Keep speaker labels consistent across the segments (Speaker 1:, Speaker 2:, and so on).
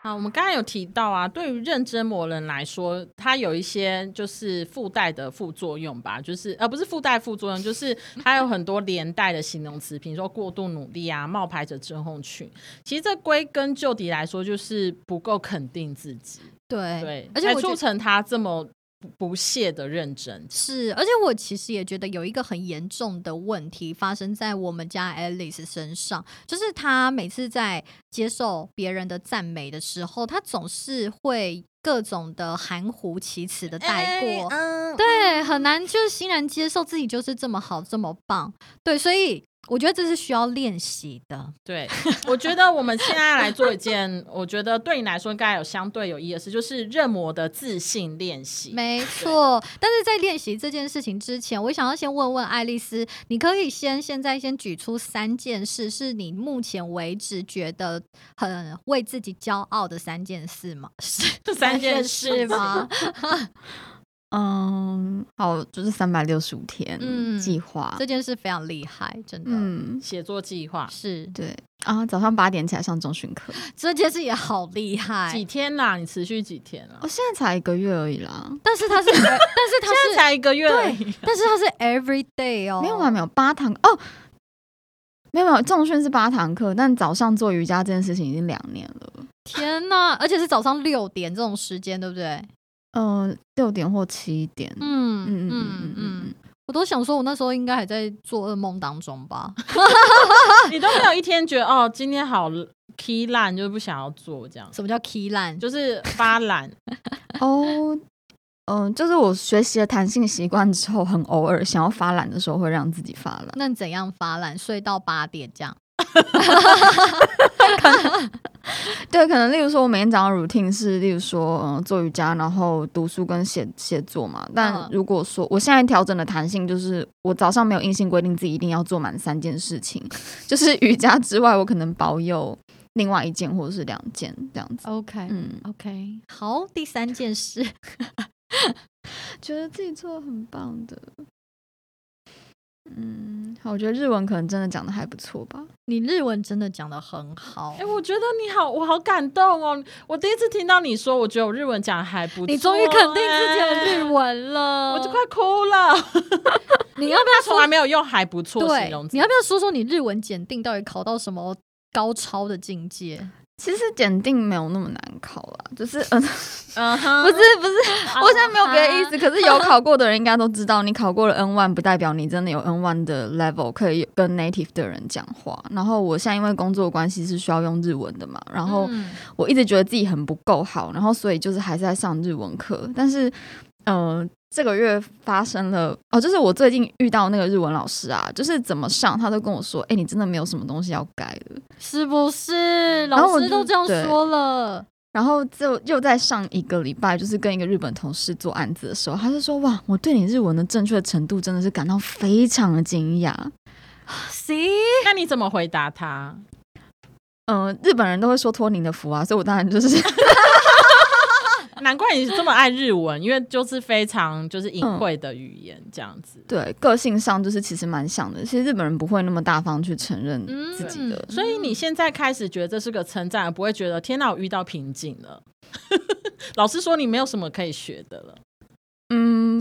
Speaker 1: 好，我们刚才有提到啊，对于认知膜人来说，它有一些就是附带的副作用吧，就是呃不是附带副作用，就是它有很多连带的形容词，比如说过度努力啊、冒牌者症候群。其实这归根究底来说，就是不够肯定自己，
Speaker 2: 对
Speaker 1: 对，
Speaker 2: 而且
Speaker 1: 才
Speaker 2: 我觉
Speaker 1: 促
Speaker 2: 得
Speaker 1: 成他这么不不懈的认真。
Speaker 2: 是，而且我其实也觉得有一个很严重的问题发生在我们家 Alice 身上，就是她每次在接受别人的赞美的时候，她总是会各种的含糊其辞的带过。
Speaker 1: 嗯，
Speaker 2: 对，很难就是欣然接受自己就是这么好，这么棒。对，所以我觉得这是需要练习的。
Speaker 1: 对，我觉得我们现在来做一件，我觉得对你来说应该有相对有意义的事，就是认模的自信练习。
Speaker 2: 没错，但是在练习这件事情之前，我想要先问问爱丽丝，你可以先现在先举出三件事，是你目前为止觉得很为自己骄傲的三件事吗？
Speaker 1: 这三件事
Speaker 2: 吗？
Speaker 3: 嗯，好，就是三百六十五天
Speaker 2: 嗯
Speaker 3: 计划。
Speaker 2: 这件事非常厉害，真的、
Speaker 3: 嗯，
Speaker 1: 写作计划
Speaker 2: 是
Speaker 3: 对啊，早上八点起来上中训课。
Speaker 2: 这件事也好厉
Speaker 1: 几
Speaker 2: 害。
Speaker 1: 天啦？你持续几天啊
Speaker 3: 我、？现在才一个月而已啦，
Speaker 2: 但是他是，但是哦他
Speaker 1: 现在
Speaker 2: 是，
Speaker 1: 才一个月而 已，
Speaker 2: 但是他是 every day 哦，
Speaker 3: 没
Speaker 1: 啊
Speaker 3: 有啦，没有八堂哦，没有没有，中训是八堂课，但早上做瑜伽这件事情已经两年了。
Speaker 2: 天呐，而且是早上六点这种时间，对不对？
Speaker 3: 呃，六点或七点。嗯
Speaker 2: 嗯嗯
Speaker 3: 嗯嗯
Speaker 2: 嗯
Speaker 3: 嗯
Speaker 2: 嗯，我都想说，我那时候应该还在做噩梦当中吧。
Speaker 1: 你都没有一天觉得哦，今天好 key 烂，就是不想要做这样，
Speaker 2: 什么叫 key line？
Speaker 1: 就是发 懒。
Speaker 3: 嗯哦。嗯，就是我学习了弹性习惯之后，很偶尔想要发懒的时候，会让自己发懒。
Speaker 2: 那你怎样发懒？睡到八点这样？
Speaker 3: 对，可能例如说，我每天早上 routine 是，例如说，嗯、做瑜伽，然后读书跟写写作嘛。但
Speaker 2: 嗯
Speaker 3: 如果说我现在调整的弹性，就是我早上没有硬性规定自己一定要做满三件事情， 就是瑜伽之外，我可能保有另外一件或者是两件这样子。
Speaker 2: OK
Speaker 3: 嗯，
Speaker 2: OK，好，第三件事，
Speaker 3: 觉得自己做的很棒的。嗯，好，我觉得日文可能真的讲的还不错吧。
Speaker 2: 你日文真的讲的很好
Speaker 1: 哎、。我觉得你好，我好感动哦！我第一次听到你说，我觉得我日文讲得还不错、
Speaker 2: 你终于肯定自己有日
Speaker 1: 哎，
Speaker 2: 文了，
Speaker 1: 我就快哭了。
Speaker 2: 你要不
Speaker 1: 他从来没有用“还不错”
Speaker 2: 对
Speaker 1: 形容，词
Speaker 2: 你要。不要说说你日文检定到底考到什么高超的境界？
Speaker 3: 其实检定没有那么难考啦，就是嗯，
Speaker 1: 嗯哼，
Speaker 3: 不是不是，我现在没有别的意思，可是有考过的人应该都知道，你考过了 N one 不代表你真的有 N one 的 level 可以跟 native 的人讲话。然后我现在因为工作关系是需要用日文的嘛，然后
Speaker 2: 嗯
Speaker 3: 我一直觉得自己很不够好，然后所以就是还是在上日文课，但是嗯。呃这个月发生了哦，就是我最近遇到那个日文老师啊，就是怎么上他都跟我说，哎、你真的没有什么东西要改的。
Speaker 2: 是不是？
Speaker 3: 然后
Speaker 2: 老
Speaker 3: 我
Speaker 2: 师
Speaker 3: 就
Speaker 2: 都这样
Speaker 3: 对
Speaker 2: 说了。
Speaker 3: 然后就又在上一个礼拜，就是跟一个日本同事做案子的时候，他就说：“哇，我对你日文的正确程度真的是感到非常的惊讶。
Speaker 2: See，
Speaker 1: 那你怎么回答他？
Speaker 3: 呃”嗯，日本人都会说托您的福啊，所以我当然就是
Speaker 1: 难怪你这么爱日文，因为就是非常就是隐晦的语言这样子。
Speaker 3: 对个性上就是其实蛮像的。其实日本人不会那么大方去承认
Speaker 2: 嗯
Speaker 3: 自己的，
Speaker 1: 所以你现在开始觉得这是个称赞，而不会觉得天哪，我遇到瓶颈了。 老师说你没有什么可以学的了，
Speaker 3: 嗯，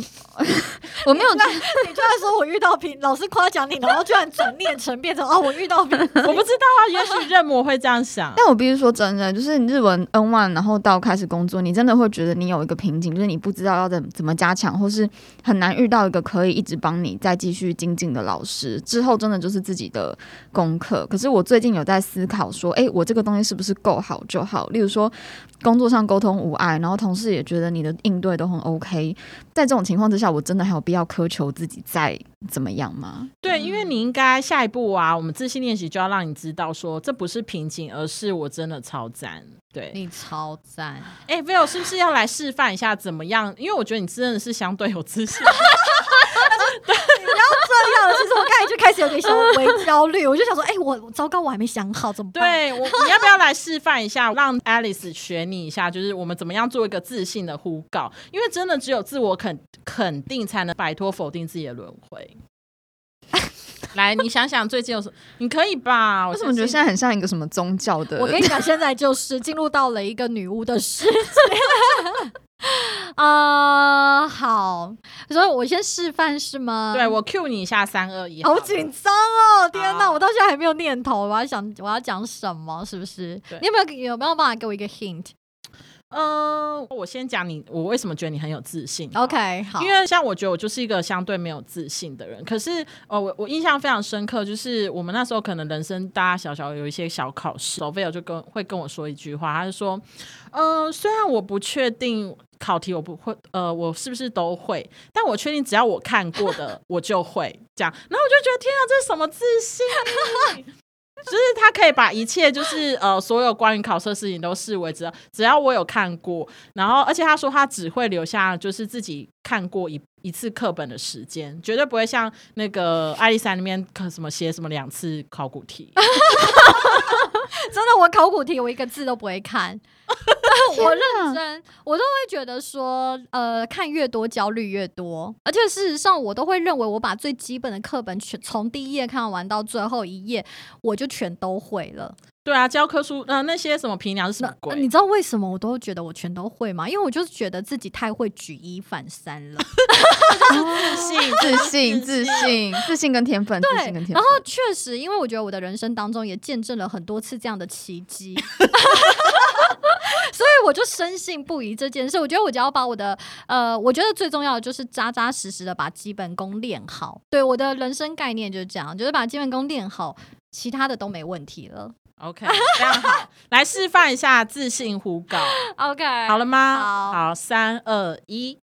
Speaker 3: 我没有觉得
Speaker 2: 你居然说我遇到瓶，老师夸奖你，然后居然转念成变成哦，我遇到瓶。
Speaker 1: 我不知道啊，也许任魔会这样想。
Speaker 2: 嗯
Speaker 3: 但我必须说真的，就是你日文 N one，然后到开始工作，你真的会觉得你有一个瓶颈，就是你不知道要怎怎么加强，或是很难遇到一个可以一直帮你再继续精进的老师。之后真的就是自己的功课。可是我最近有在思考说，诶，我这个东西是不是够好就好？例如说，工作上沟通无碍，然后同事也觉得你的应对都很 OK。在这种情况之下，我真的还有必要苛求自己再怎么样吗？
Speaker 1: 对，因为你应该下一步啊，我们自信练习就要让你知道说，这不是瓶颈，而是我真的超赞。对，
Speaker 2: 你超赞，
Speaker 1: 哎、v i l 是不是要来示范一下怎么样？因为我觉得你真的是相对有自信。
Speaker 2: 对啊，其实我刚才就开始有点小微焦虑，我就想说，哎、我我糟糕，我还没想好怎么办？，
Speaker 1: 对我，你要不要来示范一下，让 Alice 学你一下，就是我们怎么样做一个自信的呼告？因为真的只有自我肯肯定，才能摆脱否定自己的轮回。来，你想想最近有什么？你可以吧？我
Speaker 3: 为什么觉得现在很像一个什么宗教的？
Speaker 2: 我跟你讲，现在就是进入到了一个女巫的世 界。啊、好，所以我先示范是吗？
Speaker 1: 对我 cue 你一下三二一，
Speaker 2: 好紧张哦！天哪，
Speaker 1: 好
Speaker 2: 我到现在还没有念头，我要想我要讲什么，是不是？
Speaker 1: 对
Speaker 2: 你有没有有没有办法给我一个 hint？OK，、
Speaker 1: 嗯、我先讲你，我为什么觉得你很有自信
Speaker 2: OK，好，
Speaker 1: 因为像我觉得我就是一个相对没有自信的人，可是呃，我我印象非常深刻，就是我们那时候可能人生大大小小有一些小考试，索菲尔就跟会跟我说一句话，他就说，嗯，虽然我不确定考题我不会，呃，我是不是都会，但我确定只要我看过的我就会这样，然后我就觉得天啊，这是什么自信？啊 就是他可以把一切，就是呃，所有关于考试的事情都视为只要只要我有看过，然后，而且他说他只会留下就是自己看过一一次课本的时间，绝对不会像那个《爱丽丝》里面可什么写什么两次考古 题。
Speaker 2: 真的，我考古题我一个字都不会看， 我认真，我都会觉得说，呃，看越多焦虑越多，而且事实上我都会认为我把最基本的课本全从第一页看完到最后一页，我就全都会了。
Speaker 1: 对啊，教科书呃那些什么平梁是什么
Speaker 2: 那呃
Speaker 1: 鬼？
Speaker 2: 你知道为什么我都觉得我全都会吗？因为我就是觉得自己太会举一反三了。
Speaker 1: 自 信
Speaker 3: 自信、自信、自信跟天分，自
Speaker 2: 对
Speaker 3: 信跟，天
Speaker 2: 然
Speaker 3: 分
Speaker 2: 后。确实，因为我觉得我的人生当中也见证了很多次这样的奇 迹，所以我就深信不疑这件事。我觉得我只要把我的呃，我觉得最重要的就是扎扎实实的把基本功练好。对我的人生概念就是这样，就是把基本功练好，其他的都没问题 了。
Speaker 1: OK，这样好，来示范一下自信呼 告，
Speaker 2: OK，
Speaker 1: 好了吗？
Speaker 2: 好
Speaker 1: 好，三二一，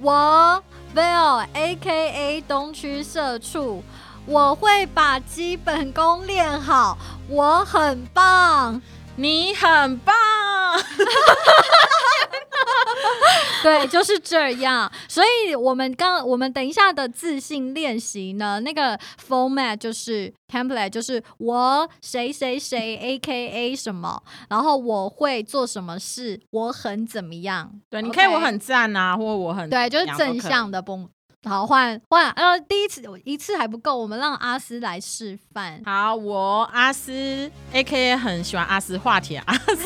Speaker 2: 我 Val A K A 东区社畜，我会把基本功练好，我很棒。
Speaker 1: 你很棒。
Speaker 2: 对，就是这样。所以我们刚我们等一下的自信练习呢，那个 format 就是 template，就是我谁谁谁 A K A 什么，然后我会做什么事，我很怎么样。
Speaker 1: 对，你
Speaker 2: OK
Speaker 1: 可以我很赞啊，或我很
Speaker 2: 对，就是
Speaker 1: 怎样都
Speaker 2: 正
Speaker 1: 可以
Speaker 2: 向的崩。好，换换，呃，第一次一次还不够，我们让阿斯来示范。
Speaker 1: 好，我阿斯 A K A 很喜欢阿斯话题啊 阿斯，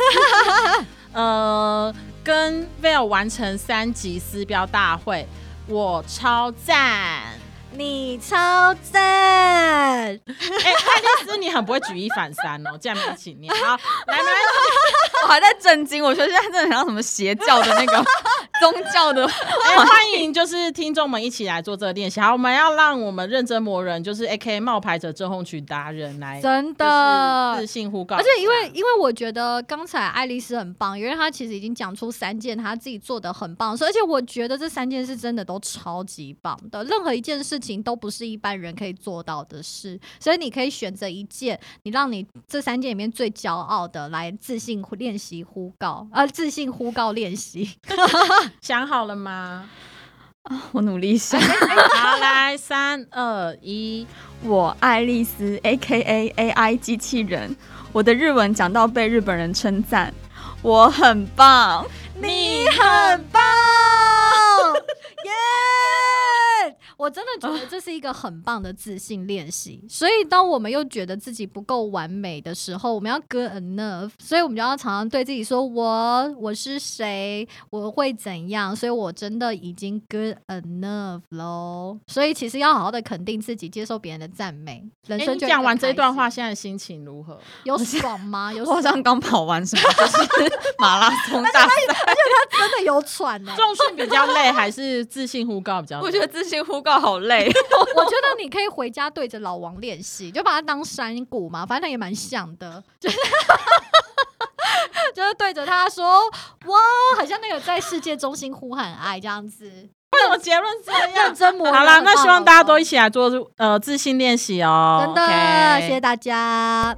Speaker 1: 呃，跟 Vale 完成三级私标大会，我超 赞。
Speaker 2: 你超赞！
Speaker 1: 哎、爱丽丝，你很不会举一反三哦，竟然没一起念。好，来，没关系
Speaker 3: 我还在震惊，我觉得现在真的很像什么邪教的那 个宗教的。
Speaker 1: 哎 欢迎就是听众们一起来做这个练习。好，我们要让我们认真磨人，就是 A K A 冒牌者症候群达人来，
Speaker 2: 真
Speaker 1: 就是
Speaker 2: 的
Speaker 1: 自。信呼告一
Speaker 2: 而
Speaker 1: 下。
Speaker 2: 且因为因为我觉得刚才爱丽丝很棒，因为她其实已经讲出三件她自己做的很棒，所以而且我觉得这三件事真的都超级棒的，任何一件事情都不是一般人可以做到的事，所以你可以选择一件你让你这三件里面最骄傲的来自信呼练习呼告，呃，自信呼告练习。
Speaker 1: 想好了吗？
Speaker 3: 我努力一下。
Speaker 1: 好，来，三二一。
Speaker 3: 我爱丽丝 （A K A A I 机器人），我的日文讲到被日本人称赞，我很棒。
Speaker 1: 你很棒，
Speaker 2: 耶！我真的觉得这是一个很棒的自信 练习。所以，当我们又觉得自己不够完美的时候，我们要 good enough，所以我们就要常常对自己说：“我我是谁，我会怎样。”所以，我真的已经 good enough 喽。所以，其实要好好的肯定自己，接受别人的赞美。人
Speaker 1: 哎，
Speaker 2: 生
Speaker 1: 你
Speaker 2: 就会
Speaker 1: 讲完
Speaker 2: 更
Speaker 1: 这
Speaker 2: 开
Speaker 1: 段
Speaker 2: 心
Speaker 1: 话，，现在心情如 何？
Speaker 2: 有爽吗？有
Speaker 3: 我好
Speaker 2: 爽，
Speaker 3: 像刚跑完什么，就是 马拉松大赛。
Speaker 2: 真的有喘啊 呢、
Speaker 1: 重训比较累，还是自信呼告比较累？
Speaker 3: 我觉得自信呼告好累。
Speaker 2: 我觉得你可以回家对着老王练习，就把它当山谷嘛，反正也蛮像的， 就是就是对着他说哇，好像那个在世界中心呼喊爱这样子，
Speaker 1: 为什么结论这
Speaker 2: 认
Speaker 1: 样？
Speaker 2: 真磨人。
Speaker 1: 好啦，
Speaker 2: 很棒哦
Speaker 1: 那希望大家都
Speaker 2: 好
Speaker 1: 一起来做呃自信练习哦。
Speaker 2: 棒真的
Speaker 1: OK
Speaker 2: 谢谢大家。